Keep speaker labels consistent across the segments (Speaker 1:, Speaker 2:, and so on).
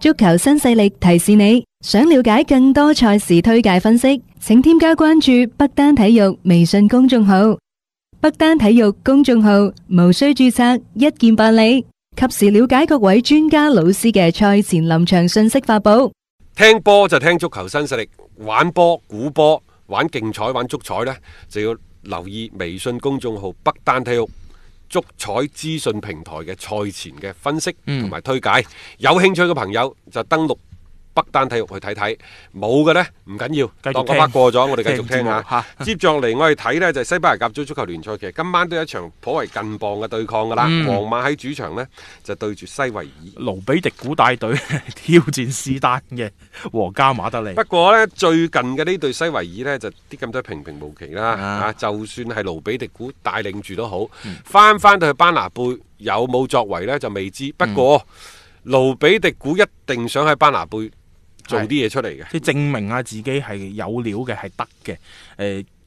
Speaker 1: 足球新勢力提示你，想了解更多賽事推介分析，請添加關注北單體育微信公眾號。北單體育公眾號無需註冊，一鍵辦理，及時了解各位專家老師嘅賽前臨場信息發布。
Speaker 2: 聽波就聽足球新勢力，玩波、估波、玩競彩、玩足彩呢，就要留意微信公眾號北單體育足彩資訊平台嘅賽前嘅分析
Speaker 3: 嗯
Speaker 2: 同埋推介。有興趣嘅朋友就登錄北單體育去睇睇，冇嘅呢，唔緊
Speaker 3: 繼
Speaker 2: 要，當
Speaker 3: 續
Speaker 2: 個
Speaker 3: 聽
Speaker 2: 筆過咗，我哋繼續
Speaker 3: 聽
Speaker 2: 聽
Speaker 3: 節目
Speaker 2: 下。接著嚟我哋睇呢，就係西班牙甲組足球聯賽，其實今晚都有一場頗為近磅嘅對抗㗎啦。
Speaker 3: 嗯
Speaker 2: 皇馬喺主場呢，就對住西維爾。
Speaker 3: 盧比迪古帶隊 挑戰斯丹嘅皇家馬德里
Speaker 2: 不，過呢，最近嘅呢隊西維爾呢，就啲咁多平平無奇啦。
Speaker 3: 啊嗯
Speaker 2: 啊，就算係盧比迪古帶領住都好，翻翻到去班拿貝有冇作為呢？就未知。不過
Speaker 3: 嗯
Speaker 2: 盧比迪古一定想喺班拿貝做啲嘢出嚟嘅。
Speaker 3: 即係證明下自己係有料嘅，係得嘅。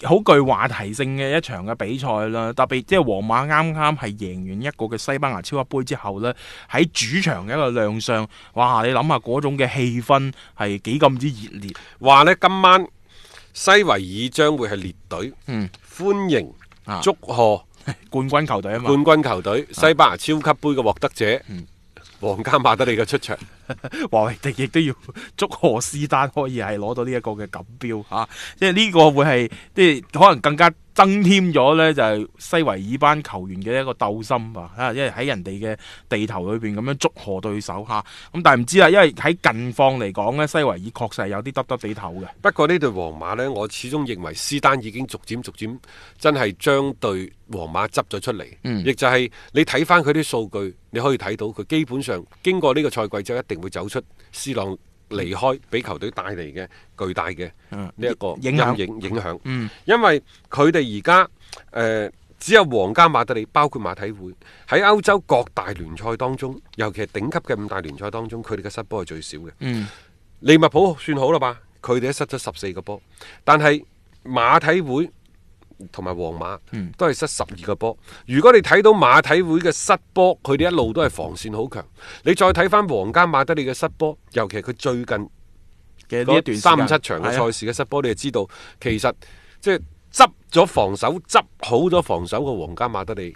Speaker 3: 誒、好具話題性嘅一場嘅比賽啦，特別即係皇馬啱啱係贏完一個嘅西班牙超級杯之後呢，喺主場嘅一個亮相，哇！你諗下嗰種嘅氣氛係幾咁之熱烈，
Speaker 2: 話呢，今晚西維爾將會係列隊
Speaker 3: 嗯，
Speaker 2: 歡迎
Speaker 3: 啊
Speaker 2: 祝賀
Speaker 3: 冠軍球隊啊嘛，
Speaker 2: 冠軍球隊西班牙超級杯嘅獲得者
Speaker 3: 嗯
Speaker 2: 皇家馬德里嘅出場。
Speaker 3: 華維迪亦都要祝賀斯丹可以係攞到呢一個嘅錦標嚇、啊即係呢個會係即係可能更加增添咗呢，就係、西維爾班球員嘅一個鬥心吧啊，因為喺人哋嘅地頭裏邊咁樣祝賀對手嚇，咁、但係唔知啊啦，因為喺近況嚟講呢，西維爾確實係有啲耷耷地頭嘅，
Speaker 2: 不過呢隊皇馬呢，我始終認為斯丹已經逐漸逐漸真係將對皇馬執咗出嚟，亦、
Speaker 3: 嗯
Speaker 2: 就係你睇翻佢啲數據，你可以睇到佢基本上經過呢個賽季之後，一定會走出斯朗離開俾球隊帶嚟嘅巨大嘅
Speaker 3: 嗯
Speaker 2: 呢一個
Speaker 3: 影響
Speaker 2: 陰影影響。
Speaker 3: 嗯
Speaker 2: 因為佢哋而家誒只有皇家馬德里，包括馬體會喺歐洲各大聯賽當中，尤其係頂級嘅五大聯賽當中，佢哋嘅失波係最少嘅。
Speaker 3: 嗯
Speaker 2: 利物浦算好啦吧，佢哋都失咗十四個波，但係馬體會同埋皇馬
Speaker 3: 嗯
Speaker 2: 都係失十二個波。如果你睇到馬體會嘅失波，佢哋一路都係防線好強。你再睇翻皇家馬德里嘅失波，尤其係佢最近
Speaker 3: 嘅呢一段
Speaker 2: 嗰三五七場嘅
Speaker 3: 賽
Speaker 2: 賽事嘅失波，你就知道其實即係執咗防守、執好咗防守嘅皇家馬德里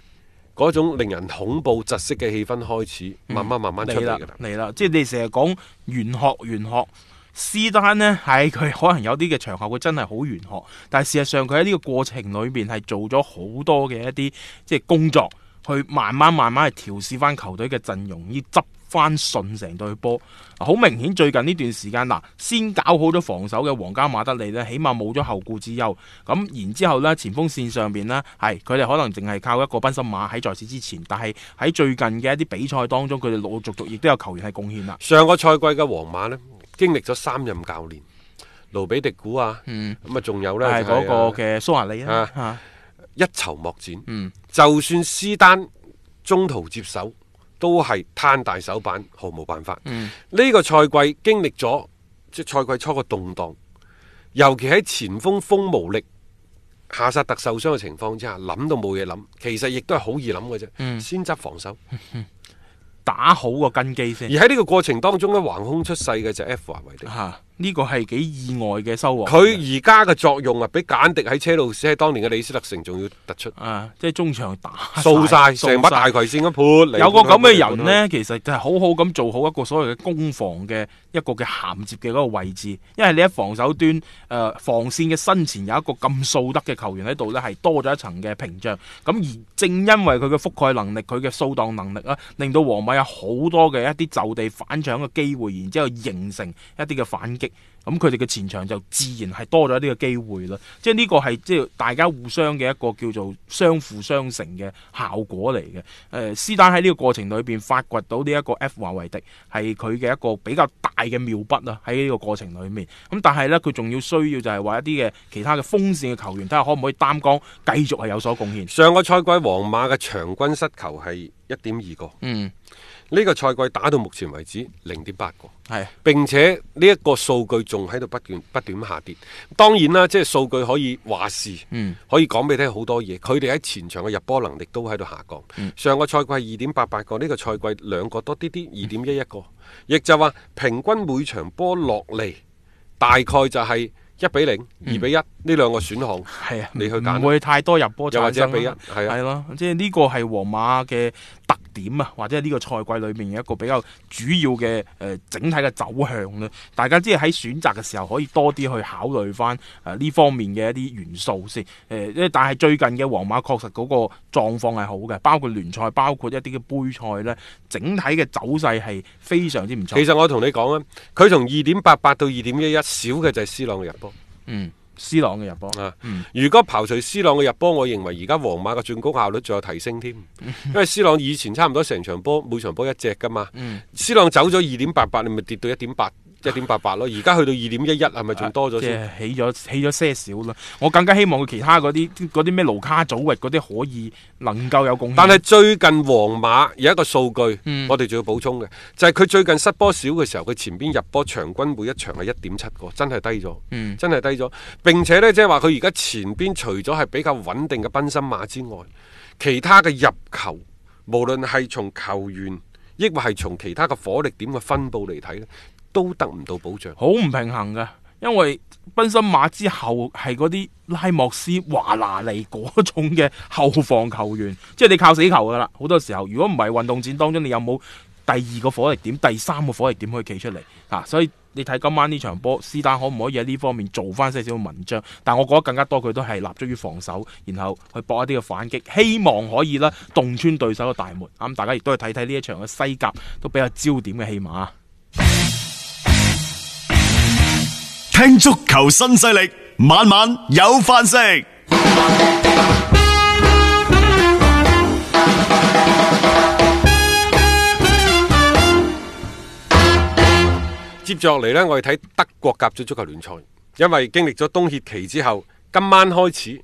Speaker 2: 嗰種令人恐怖窒息嘅氣氛開始慢慢慢慢出
Speaker 3: 嚟
Speaker 2: 嚟
Speaker 3: 啦
Speaker 2: 㗎啦。
Speaker 3: 嚟啦，即係你成日講玄學玄學。斯丹呢，係佢可能有啲嘅場合，佢真係好玄學，但係事實上佢喺呢個過程裏面係做咗好多嘅一啲即係工作，去慢慢慢慢去調試翻球隊嘅陣容，要執翻順成隊波。好明顯，最近呢段時間嗱，先搞好咗防守嘅皇家馬德里呢，起碼冇咗後顧之憂。咁然之後呢，前鋒線上邊呢，係佢哋可能淨係靠一個賓森馬喺在此之前，但係喺最近嘅一啲比賽當中，佢哋陸陸續續亦都有球員係貢獻啦。
Speaker 2: 上個賽季嘅皇馬呢，經歷咗三任教練，盧比迪古啊，
Speaker 3: 嗯，
Speaker 2: 咁啊仲有呢，
Speaker 3: 係
Speaker 2: 就係
Speaker 3: 嗰個嘅蘇亞利啦
Speaker 2: 啊，
Speaker 3: 嚇，
Speaker 2: 一籌莫展。
Speaker 3: 嗯，
Speaker 2: 就算斯丹中途接手，都係攤大手板，毫無辦法。
Speaker 3: 嗯
Speaker 2: 呢個賽季經歷咗即係賽季初嘅動盪，尤其喺前鋒鋒無力、夏薩特受傷嘅情況之下，諗到冇嘢諗，其實亦都係好易諗嘅啫。
Speaker 3: 嗯
Speaker 2: 先執防守，
Speaker 3: 打好個根基先
Speaker 2: 而喺呢個過程當中呢，橫空出世嘅就係 F 華維迪。
Speaker 3: 嚇，呢個係幾意外嘅收穫。
Speaker 2: 佢而家嘅作用啊，比簡迪喺車路士喺當年嘅李斯特城仲要突出，
Speaker 3: 啊，即係中場打
Speaker 2: 掃晒
Speaker 3: 掃
Speaker 2: 成筆大葵扇咁潑嚟。
Speaker 3: 有個咁嘅人
Speaker 2: 呢，
Speaker 3: 呢，其實就係好好咁做好一個所謂嘅攻防嘅一個嘅銜接嘅嗰個位置，因為你喺防守端，誒、防線嘅身前有一個咁掃得嘅球員喺度呢，係多咗一層嘅屏障。咁而正因為佢嘅覆蓋能力、佢嘅掃蕩能力啦，令到皇馬有好多嘅一啲就地反搶嘅機會，然之後形成一啲嘅反擊。咁佢哋嘅前場就自然係多咗一啲嘅機會啦，即係呢個係即係大家互相嘅一個叫做相輔相成嘅效果嚟嘅。誒、斯丹喺呢個過程裏邊發掘到呢一個 F 華維迪係佢嘅一個比較大嘅妙筆啦，喺呢個過程裏面。咁但係呢，佢仲要需要就係話一啲嘅其他嘅鋒線嘅球員，睇下可唔可以擔當，繼續係有所貢獻。
Speaker 2: 上個賽季皇馬嘅場均失球係一點二個，
Speaker 3: 嗯，
Speaker 2: 呢個賽季打到目前為止零點八個，
Speaker 3: 係
Speaker 2: 並且呢一個數據仲喺度不斷不斷咁下跌。當然啦，即係數據可以話事，
Speaker 3: 嗯
Speaker 2: 可以講俾你聽好多嘢。佢哋喺前場嘅入波能力都喺度下降。
Speaker 3: 嗯
Speaker 2: 上個賽季係二點八八個，呢、個賽季兩個多啲啲，二點一一個，亦就話平均每場波落嚟大概就係一比零、
Speaker 3: 嗯
Speaker 2: 二比一呢兩個選項。
Speaker 3: 係啊，
Speaker 2: 你去揀
Speaker 3: 唔會太多入波
Speaker 2: 又或
Speaker 3: 產
Speaker 2: 者
Speaker 3: 生
Speaker 2: 一比一，
Speaker 3: 啦。
Speaker 2: 係啊，
Speaker 3: 係咯，即係呢個係皇馬嘅特點啊，或者係呢個賽季裏面嘅一個比較主要嘅誒、呃整體嘅走向啦。大家即係喺選擇嘅時候可以多啲去考慮翻誒呢方面嘅一啲元素先。誒、呃因為但係最近嘅皇馬確實嗰個狀況係好嘅，包括聯賽，包括一啲嘅杯賽呢，整體嘅走勢係非常之唔錯。
Speaker 2: 其實我同你講啊，佢從二點八八到二點一一，少嘅就係 C 朗嘅入波。
Speaker 3: 嗯，C 朗嘅入波，
Speaker 2: 啊
Speaker 3: 嗯
Speaker 2: 如果刨除 C 朗嘅入波，我認為而家皇馬嘅進攻效率仲有提升添，因為 C 朗以前差唔多成場波每場波一隻噶嘛
Speaker 3: 嗯
Speaker 2: ，C 朗走咗二點八八，你咪跌到一點八一點八八咯，而家去到二點一一，係咪仲多咗
Speaker 3: 即
Speaker 2: 先？
Speaker 3: 係起咗起咗些少啦。我更加希望佢其他嗰啲嗰啲咩盧卡祖域嗰啲可以能夠有貢獻。
Speaker 2: 但係最近皇馬有一個數據，
Speaker 3: 嗯
Speaker 2: 我哋仲要補充嘅，就係、佢最近失波少嘅時候，佢前邊入波場均每一場係一點七個，真係低咗。
Speaker 3: 嗯
Speaker 2: 真係低咗。並且呢，即係話佢而家前邊除咗係比較穩定嘅賓森馬之外，其他嘅入球，無論係從球員，抑或係從其他嘅火力點嘅分佈嚟睇呢，都得唔到保障。
Speaker 3: 好唔平衡噶，因為賓森馬之後係嗰啲拉莫斯、華拿利嗰種嘅後防球員， 即係你靠死球噶啦。好多時候，如果唔係運動戰當中，你有冇第二個火力點、第三個火力點可以企出嚟啊？所以你睇今晚呢場波，斯丹可唔可以喺呢方面做翻些少文章？但我覺得更加多佢都係立足於防守，然後去搏一啲嘅反擊，希望可以啦洞穿對手嘅大門。咁、大家亦都去睇睇呢一場嘅西甲都比較焦點嘅戲碼啊。
Speaker 4: 聽足球新勢力，晚晚有飯食。
Speaker 2: 接住落嚟呢，我哋睇德國甲組足球聯賽，因為經歷咗冬歇期之後，今晚開始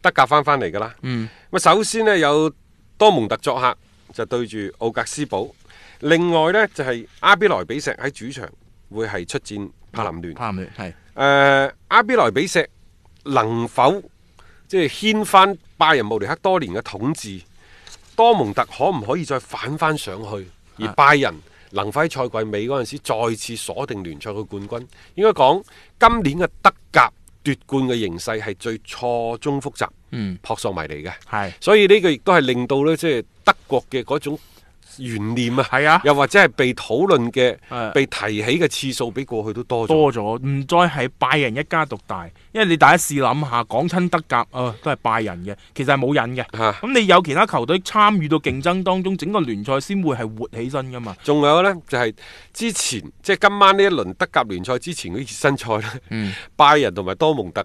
Speaker 2: 德甲翻翻嚟噶啦。
Speaker 3: 嗯，
Speaker 2: 咁首先呢，有多蒙特作客就對住奧格斯堡，另外呢，就係、阿比萊比錫喺主場會係出戰柏林聯。
Speaker 3: 帕梅係。
Speaker 2: 誒、呃阿比萊比錫能否即係掀翻拜仁慕尼黑多年嘅統治？多蒙特可唔可以再反翻上去？而
Speaker 3: 啊
Speaker 2: 拜仁能否喺賽季尾嗰陣時再次鎖定聯賽嘅冠軍？應該講今年嘅德甲奪冠嘅形勢係最錯綜複雜、
Speaker 3: 嗯，
Speaker 2: 撲朔迷離嘅，
Speaker 3: 係
Speaker 2: 所以呢個亦都係令到呢，即係德國嘅嗰種懸念啊，
Speaker 3: 係啊，
Speaker 2: 又或者係被討論嘅、
Speaker 3: 誒
Speaker 2: 被提起嘅次數比過去都多咗。
Speaker 3: 多咗，唔再係拜仁一家獨大，因為你大家試諗下，講親德甲，啊都係拜仁嘅，其實係冇癮嘅。
Speaker 2: 嚇
Speaker 3: 咁你有其他球隊參與到競爭當中，整個聯賽先會係活起身噶嘛？
Speaker 2: 仲有呢，就係、之前即係今晚呢一輪德甲聯賽之前嗰啲熱身賽呢，
Speaker 3: 嗯
Speaker 2: 拜仁同埋多蒙特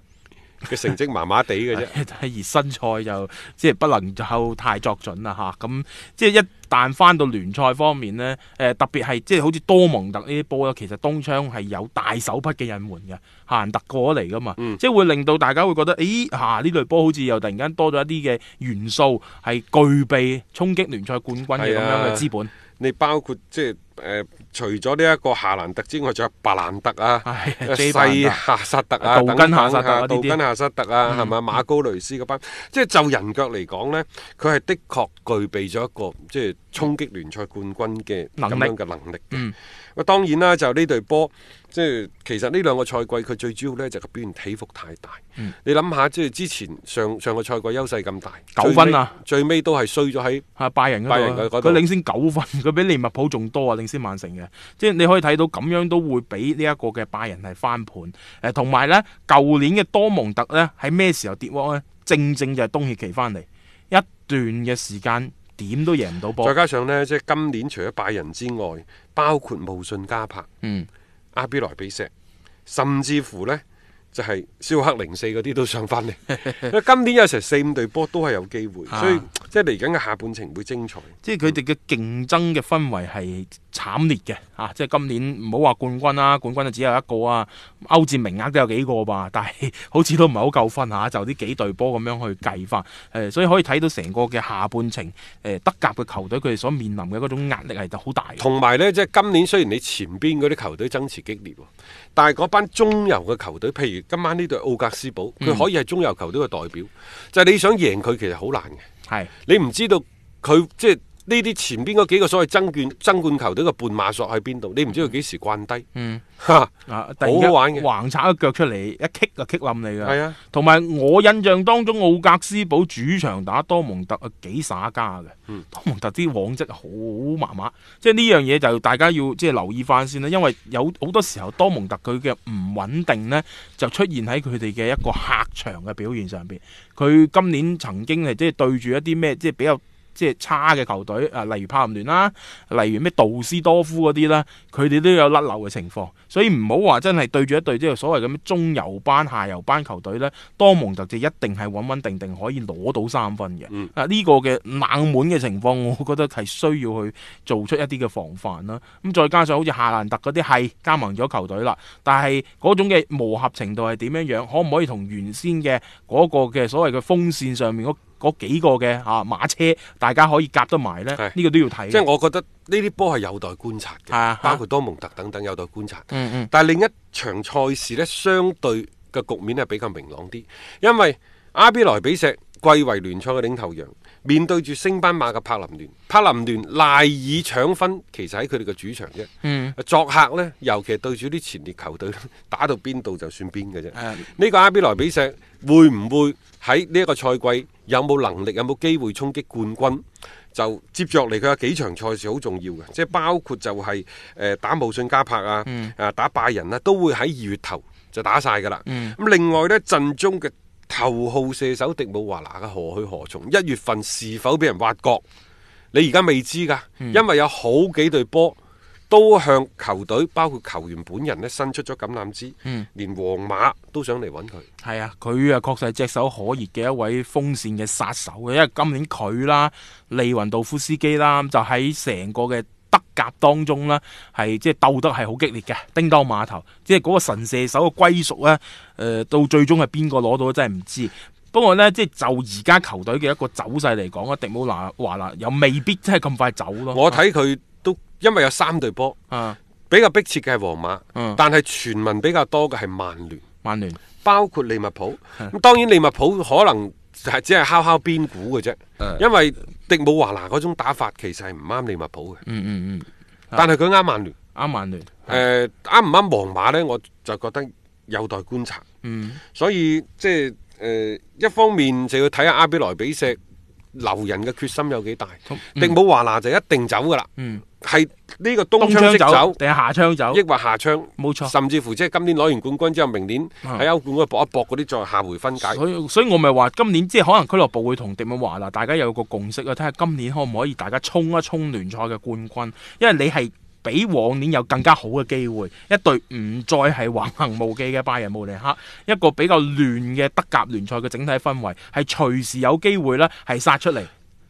Speaker 2: 嘅成績麻麻地嘅啫。
Speaker 3: 係熱身賽就即係不能夠太作準啦吓，咁即係一旦翻到聯賽方面呢，誒、特別係即係好似多蒙特呢啲波咧，其實東窗係有大手筆嘅引援嘅，行特過嚟噶嘛，
Speaker 2: 嗯
Speaker 3: 即係會令到大家會覺得，咦嚇呢類波好似又突然間多咗一啲嘅元素，係具備衝擊聯賽冠軍嘅咁
Speaker 2: 係啊
Speaker 3: 樣嘅資本，
Speaker 2: 你包括即係誒、呃除咗呢一個夏蘭特之外，仲有白蘭特啊。
Speaker 3: 係 J 版
Speaker 2: 西
Speaker 3: 啊
Speaker 2: 夏薩特啊，
Speaker 3: 杜
Speaker 2: 等
Speaker 3: 根
Speaker 2: 等
Speaker 3: 夏薩特啊
Speaker 2: 啊杜
Speaker 3: 呢啲
Speaker 2: 根夏薩特啊，
Speaker 3: 嗯
Speaker 2: 係咪馬高雷斯嗰班？即係就人腳嚟講呢，佢係的確具備咗一個即係衝擊聯賽冠軍嘅
Speaker 3: 能
Speaker 2: 咁
Speaker 3: 力
Speaker 2: 樣嘅能力。
Speaker 3: 嗯
Speaker 2: 咁當然啦，就呢隊波，即係其實呢兩個賽季佢最主要呢就個表現起伏太大。
Speaker 3: 嗯
Speaker 2: 你諗下，即係之前上上個賽季優勢咁大，
Speaker 3: 九分啊
Speaker 2: 最尾，最尾都係衰咗喺
Speaker 3: 啊拜仁
Speaker 2: 拜
Speaker 3: 嗰
Speaker 2: 仁嘅
Speaker 3: 度
Speaker 2: 嗰
Speaker 3: 啊，
Speaker 2: 度
Speaker 3: 佢領先九分，佢比利物浦仲多啊，領先曼城嘅，即係你可以睇到咁樣都會俾呢一個嘅拜仁係翻盤。誒、同埋呢，舊年嘅多蒙特呢，喺咩時候跌窩呢？正正就係冬歇期翻嚟一段嘅時間，點都贏唔到
Speaker 2: 再
Speaker 3: 波。
Speaker 2: 加上呢，即係今年除咗拜仁之外，包括慕遜加柏、
Speaker 3: 嗯，
Speaker 2: 阿比萊比錫，甚至乎呢就係肖克零四嗰啲都上 翻嚟。因為今年有成四五隊波都係有機會，
Speaker 3: 啊
Speaker 2: 所以即係嚟緊嘅下半程會精彩。
Speaker 3: 即係佢哋嘅競爭嘅氛圍係慘烈嘅嚇、啊即係今年唔好話冠軍啦，冠軍就只有一個啊，歐戰名額都有幾個吧， 但係好似都唔係好夠分嚇、 就呢幾隊波咁樣去計翻，誒、所以可以睇到成個嘅下半程誒、德甲嘅球隊佢哋所面臨嘅嗰種壓力係好大嘅。
Speaker 2: 同埋呢，即係今年雖然你前邊嗰啲球隊爭持激烈喎，但係嗰班中游嘅球隊，譬如今晚呢隊奧格斯堡，
Speaker 3: 嗯
Speaker 2: 佢可以係中游球隊嘅代表，就係你想贏佢其實好難嘅。
Speaker 3: 係
Speaker 2: 你唔知道佢即係呢啲前邊嗰幾個所謂爭冠爭冠球隊嘅半馬索喺邊度，你唔知佢幾時慣低。
Speaker 3: 嗯。
Speaker 2: 哈
Speaker 3: 啊！突然間
Speaker 2: 好好玩嘅
Speaker 3: 橫插一腳出嚟，一棘就棘冧你噶。
Speaker 2: 係啊，
Speaker 3: 同埋我印象當中，奧格斯堡主場打多蒙特啊，幾耍家嘅。
Speaker 2: 嗯
Speaker 3: 多蒙特啲往績好麻麻，即係呢樣嘢就大家要即係留意翻先啦。因為有好多時候多蒙特佢嘅唔穩定呢，就出現喺佢哋嘅一個客場嘅表現上邊。佢今年曾經係即係對住一啲咩即係比較。即係差嘅球隊啊，例如帕林聯啦，例如咩杜斯多夫嗰啲啦，佢哋都有甩漏嘅情況，所以唔好話真係對住一隊即係所謂咁中游班、下游班球隊呢，多蒙特就一定係穩穩定定可以攞到三分嘅。
Speaker 2: 嗯
Speaker 3: 啊，呢、個嘅冷門嘅情況，我覺得係需要去做出一啲嘅防範啦。咁再加上好似夏蘭特嗰啲係加盟咗球隊啦，但係嗰種嘅磨合程度係點樣樣，可唔可以同原先嘅嗰個嘅所謂嘅風扇上面嗰嗰幾個嘅啊馬車，大家可以夾得埋呢？
Speaker 2: 係
Speaker 3: 呢個都要睇嘅。
Speaker 2: 即係我覺得呢啲波係有待觀察
Speaker 3: 係啊
Speaker 2: 嘅，包括多蒙特等等有待觀察。
Speaker 3: 嗯嗯
Speaker 2: 但係另一場賽事呢，相對嘅局面係比較明朗啲，因為阿比萊比錫貴為聯賽嘅領頭羊，面對住升班馬嘅柏林聯，柏林聯賴以搶分，其實喺佢哋嘅主場啫。
Speaker 3: 嗯
Speaker 2: 作客呢，尤其係對住啲前列球隊， 打到邊度就算邊嘅啫。
Speaker 3: 誒
Speaker 2: 呢個阿比萊比錫會唔會喺呢一個賽季有冇能力有冇機會衝擊冠軍？就接落嚟佢有幾場賽事好重要嘅，即係包括就係、誒、打慕遜加柏啊，
Speaker 3: 嗯
Speaker 2: 啊打拜仁啦、都會喺二月頭就打晒㗎啦。咁、
Speaker 3: 嗯
Speaker 2: 另外呢，陣中嘅頭號射手迪姆華拿嘅何去何從？一月份是否俾人挖角？你而家未知㗎，
Speaker 3: 嗯
Speaker 2: 因為有好幾隊波都向球隊，包括球員本人咧，伸出咗橄欖枝，
Speaker 3: 嗯
Speaker 2: 連皇馬都想嚟揾佢。
Speaker 3: 係啊，佢啊確實係炙手可熱嘅一位風扇嘅殺手嘅，因為今年佢啦、利雲道夫斯基啦，就喺成個嘅德甲當中啦，係即係鬥得係好激烈嘅，叮當碼頭，即係嗰個神射手嘅歸屬啊咧，誒、到最終係邊個攞到真係唔知。不過呢，即係就而家球隊嘅一個走勢嚟講啊，迪姆拿華拿又未必真係咁快走咯。
Speaker 2: 我睇佢都因為有三隊波
Speaker 3: 啊，
Speaker 2: 比較迫切嘅係皇馬
Speaker 3: 嗯，
Speaker 2: 但係傳聞比較多嘅係曼聯，
Speaker 3: 曼聯
Speaker 2: 包括利物浦。
Speaker 3: 嗯
Speaker 2: 咁當然利物浦可能係只係敲敲邊鼓嘅啫，
Speaker 3: 嗯
Speaker 2: 因為迪姆華拿嗰種打法其實係唔啱利物浦嘅，
Speaker 3: 嗯嗯嗯，
Speaker 2: 但係佢啱曼聯。
Speaker 3: 啱曼聯，嗯
Speaker 2: 誒啱唔啱皇馬呢？我就覺得有待觀察。
Speaker 3: 嗯
Speaker 2: 所以即係誒、一方面就要睇下阿比萊比錫留人嘅決心有幾大。迪姆華拿就一定走噶啦，
Speaker 3: 嗯，
Speaker 2: 係呢個東
Speaker 3: 東
Speaker 2: 窗即
Speaker 3: 窗走
Speaker 2: 走，
Speaker 3: 定係下窗走
Speaker 2: 抑？或下窗，
Speaker 3: 冇錯。啊
Speaker 2: 甚至乎即係今年攞完冠軍之後，明年喺歐冠嗰度搏一搏嗰啲，再下回分解。
Speaker 3: 所以所以我咪話今年即係可能俱樂部會同迪姆華嗱，大家有個共識啊，睇下今年可唔可以大家衝一衝聯賽嘅冠軍，因為你係。比往年有更加好嘅機會，一隊唔再係橫行無忌嘅拜仁慕尼黑，一個比較亂嘅德甲聯賽嘅整體氛圍，係隨時有機會呢係殺出嚟，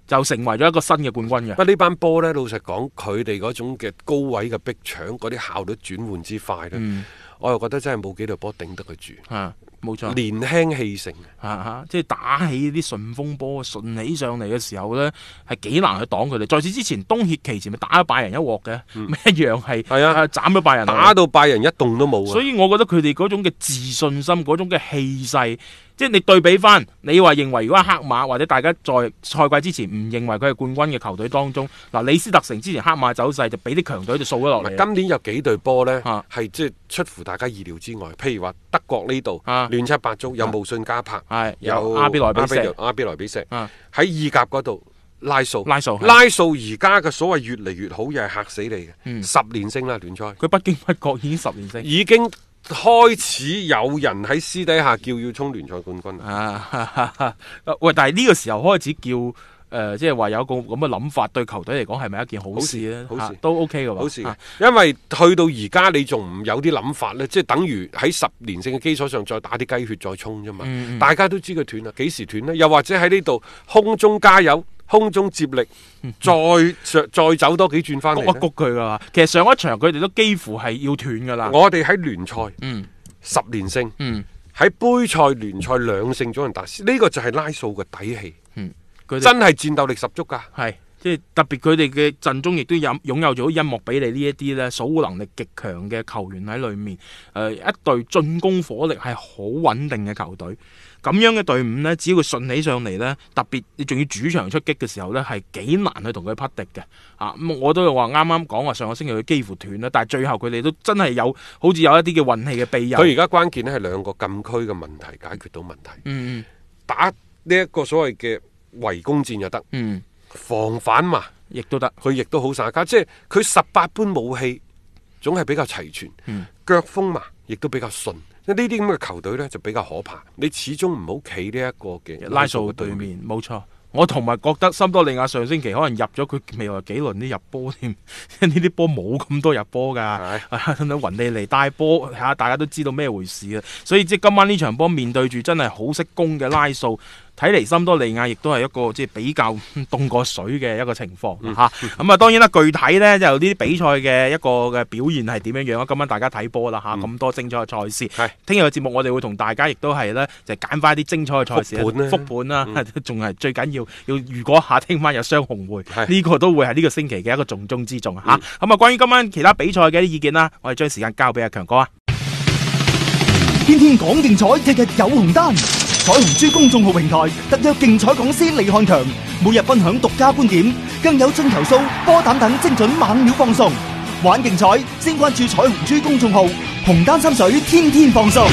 Speaker 3: 就成為咗一個新嘅冠軍嘅
Speaker 2: 不。過呢班波呢，老實講，佢哋嗰種嘅高位嘅逼搶，嗰啲效率轉換之快呢，
Speaker 3: 嗯，
Speaker 2: 我又覺得真係冇幾隊波頂得佢住，
Speaker 3: 啊，冇錯。
Speaker 2: 年輕氣盛。
Speaker 3: 啊啊！即係打起啲順風波，順起上嚟嘅時候呢，係幾難去擋佢哋。在此之前，東協期前咪打咗拜仁一鑊嘅，咪一樣係
Speaker 2: 嗯係啊
Speaker 3: 斬咗拜仁落嚟
Speaker 2: 打到拜仁一動都冇啊！
Speaker 3: 所以我覺得佢哋嗰種嘅自信心，嗰種嘅氣勢，即係你對比翻，你話認為如果黑馬或者大家在賽季之前唔認為佢係冠軍嘅球隊當中，嗱李斯特城之前黑馬走勢就俾啲強隊就掃咗落
Speaker 2: 唔係
Speaker 3: 嚟。
Speaker 2: 今年有幾隊波呢？
Speaker 3: 啊
Speaker 2: 係即係出乎大家意料之外。譬如話德國呢度
Speaker 3: 啊
Speaker 2: 亂七八糟，有慕遜加柏，
Speaker 3: 係
Speaker 2: 有
Speaker 3: 有阿比萊比錫
Speaker 2: 萊阿比萊比錫
Speaker 3: 啊
Speaker 2: 喺意甲嗰度拉素，
Speaker 3: 拉素啊係
Speaker 2: 拉素而家嘅所謂越嚟越好，又係嚇死你嘅。
Speaker 3: 嗯
Speaker 2: 十連勝啦，聯賽
Speaker 3: 佢不經不覺已經十年升。
Speaker 2: 已經開始有人喺私底下叫要衝聯賽冠軍啦。
Speaker 3: 啊，喂！但係呢個時候開始叫誒、呃即係話有個咁嘅諗法，對球隊嚟講係咪一件好事咧？
Speaker 2: 好事好事
Speaker 3: 啊都 OK 嘅話，
Speaker 2: 好事嘅
Speaker 3: 啊，
Speaker 2: 因為去到而家你仲唔有啲諗法呢？即係等於喺十連勝嘅基礎上再打啲雞血再衝啫嘛。
Speaker 3: 嗯嗯
Speaker 2: 啊大家都知佢斷啦，幾時斷呢？又或者喺呢度空中加油，空中接力，
Speaker 3: 嗯
Speaker 2: 再上再走多幾轉翻
Speaker 3: 谷一
Speaker 2: 嚟呢。
Speaker 3: 谷佢噶啦。其實上一場佢哋都幾乎係要斷噶啦。
Speaker 2: 我哋喺聯賽
Speaker 3: 嗯
Speaker 2: 十連勝，
Speaker 3: 嗯，
Speaker 2: 喺杯賽聯賽兩勝咗人達斯，呢、個就係拉素嘅底氣，
Speaker 3: 佢哋
Speaker 2: 真係戰鬥力十足㗎。
Speaker 3: 係即係特別佢哋嘅陣中亦都有擁有咗音樂比利呢一啲咧，守護能力極強嘅球員喺裏面。誒、一隊進攻火力係好穩定嘅球隊。咁樣嘅隊伍呢，只要佢順起上嚟呢，特別你仲要主場出擊嘅時候呢，係幾難去同佢匹敵嘅。啊，咁我都話啱啱講話上個星期佢幾乎斷啦，但係最後佢哋都真係有好似有一啲嘅運氣嘅庇佑。
Speaker 2: 佢而家關鍵呢係兩個禁區嘅問題解決到問題，
Speaker 3: 嗯
Speaker 2: 打呢一個所謂嘅圍攻戰又得，
Speaker 3: 嗯，
Speaker 2: 防反嘛。
Speaker 3: 亦都得。
Speaker 2: 佢亦都好耍家，即係佢十八般武器總係比較齊全，
Speaker 3: 嗯
Speaker 2: 腳風嘛亦都比較順。呢啲咁嘅球隊呢，就比較可怕，你始終唔好企呢一個嘅
Speaker 3: 拉素
Speaker 2: 嘅對
Speaker 3: 對。面，冇錯。我同埋覺得森多利亞上星期可能入咗佢未來幾輪啲入波添， 呢啲波冇咁多入波㗎。啊
Speaker 2: 係
Speaker 3: 雲利尼帶波嚇，大家都知道咩回事啊！所以即係今晚呢場波面對住真係好識攻嘅拉素，睇嚟森多利亞亦都係一個即係比較凍過水嘅一個情況嚇。咁啊，當然啦，具體呢就呢啲比賽嘅一個嘅表現係點樣樣啊？今晚大家睇波啦嚇，咁多精彩嘅賽事。
Speaker 2: 係
Speaker 3: 聽日嘅節目我哋會同大家亦都係呢，就揀翻啲精彩嘅賽事
Speaker 2: 復盤啦嗯
Speaker 3: 盤啦， 仲係最緊要要如果下聽晚有雙紅會，
Speaker 2: 係
Speaker 3: 呢個都會係呢個星期嘅一個重中之重吓。咁啊，關於今晚其他比賽嘅一啲意見啦，我哋將時間交俾阿強哥啊。
Speaker 5: 天天講競彩，日日有紅單。彩虹珠公眾號平台特約競彩講師李漢強，每日分享獨家觀點，更有進球數、波膽等精準猛料放送。玩競彩，先關注彩虹珠公眾號，紅單心水，天天放送。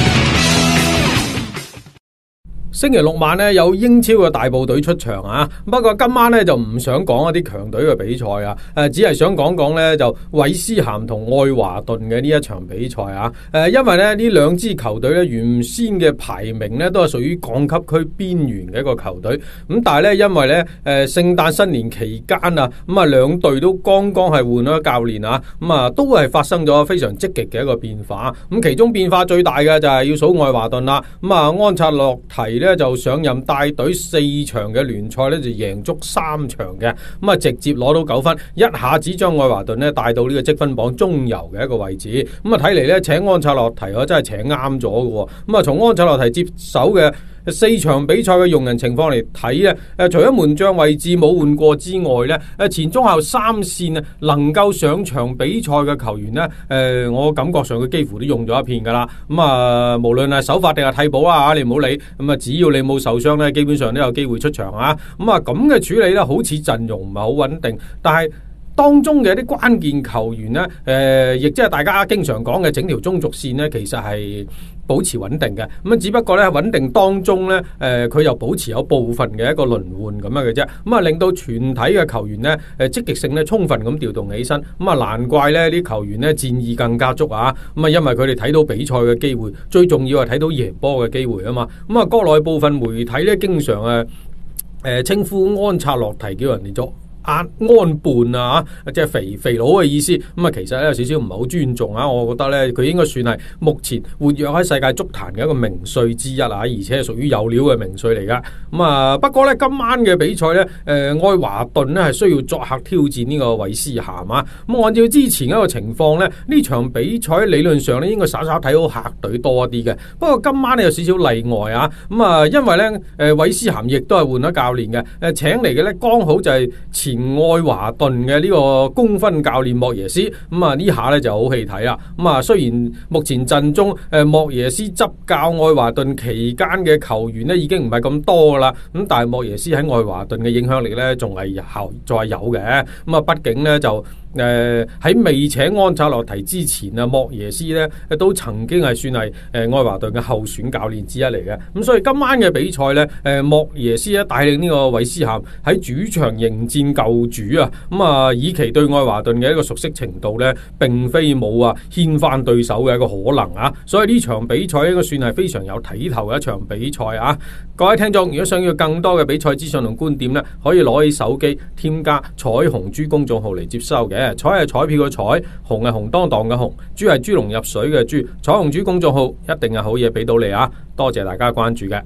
Speaker 6: 星期六晚咧有英超嘅大部隊出場啊，不過今晚咧就唔想講一啲強隊嘅比賽啊，誒、只係想講講咧就韋斯咸同愛華頓嘅呢一場比賽啊，誒、因為咧呢兩支球隊咧原先嘅排名咧都係屬於降級區邊緣嘅一個球隊，咁但係咧因為咧誒聖誕新年期間啊，咁啊兩隊都剛剛係換咗教練啊，咁啊都係發生咗非常積極嘅一個變化，咁其中變化最大嘅就係要數愛華頓啦，咁啊安察洛提咧就上任帶隊四場嘅聯賽咧就贏足三場嘅，咁啊直接攞到九分，一下子將愛華頓咧帶到呢個積分榜中游嘅一個位置，咁啊睇嚟咧請安察洛提我真係請啱咗嘅喎，咁啊從安察洛提接手嘅。四場比賽嘅用人情況嚟睇咧，誒除咗門將位置冇換過之外咧，誒前中後三線啊能夠上場比賽嘅球員咧，誒、我感覺上佢幾乎都用咗一片㗎啦。咁、啊，無論係首發定係替補啊，你唔好理。咁啊，只要你冇受傷咧，基本上都有機會出場啊。咁啊，咁嘅處理咧，好似陣容唔係好穩定，但係。當中嘅一啲關鍵球員呢，誒、亦即係大家經常講嘅整條中軸線呢，其實係保持穩定嘅。咁啊，只不過呢，穩定當中呢，誒、佢又保持有部分嘅一個輪換咁樣嘅啫。咁啊，令到全體嘅球員呢，誒、積極性呢，充分咁調動起身。咁啊，難怪呢啲球員呢，戰意更加足啊。咁啊，因為佢哋睇到比賽嘅機會，最重要係睇到贏波嘅機會啊嘛。咁啊，國內部分媒體呢，經常誒。誒、呃稱呼安察洛提叫人哋做安安伴啊，即係肥肥佬嘅意思。咁啊，其實咧有少少唔係好尊重啊。我覺得咧，佢應該算係目前活躍喺世界足壇嘅一個名帥之一啊，而且係屬於有料嘅名帥嚟噶。咁啊，不過咧今晚嘅比賽咧，誒、呃愛華頓咧係需要作客挑戰呢個韋斯咸啊。咁按照之前一個情況咧，呢場比賽理論上咧應該稍稍睇好客隊多一啲嘅。不過今晚咧有少少例外啊。咁啊，因為咧，誒、韋斯咸亦都係換咗教練嘅，誒、請嚟嘅咧，剛好就係前愛華頓嘅呢個公分教練莫耶斯，咁、啊呢下咧就好戲睇啦。咁、啊，雖然目前陣中誒、莫耶斯執教愛華頓期間嘅球員咧已經唔係咁多噶啦，咁但係莫耶斯喺愛華頓嘅影響力咧仲係有，仲係有嘅。咁啊，畢竟咧就。誒呃喺未請安察洛提之前啊，莫耶斯咧都曾經係算係誒、呃愛華頓嘅候選教練之一嚟嘅。咁所以今晚嘅比賽咧，誒、呃莫耶斯咧帶領呢個韋斯咸喺主場迎戰舊主啊。咁、啊，以其對愛華頓嘅一個熟悉程度咧，並非冇啊掀翻對手嘅一個可能啊。所以呢場比賽應該算係非常有睇頭嘅一場比賽啊。各位聽眾，如果想要更多嘅比賽資訊同觀點咧，可以攞起手機添加彩虹豬公眾號嚟接收嘅。彩係彩票嘅彩，紅係紅當當嘅紅，豬係豬籠入水嘅豬。彩虹豬公眾號一定係好嘢俾到你啊！多謝大家關注嘅。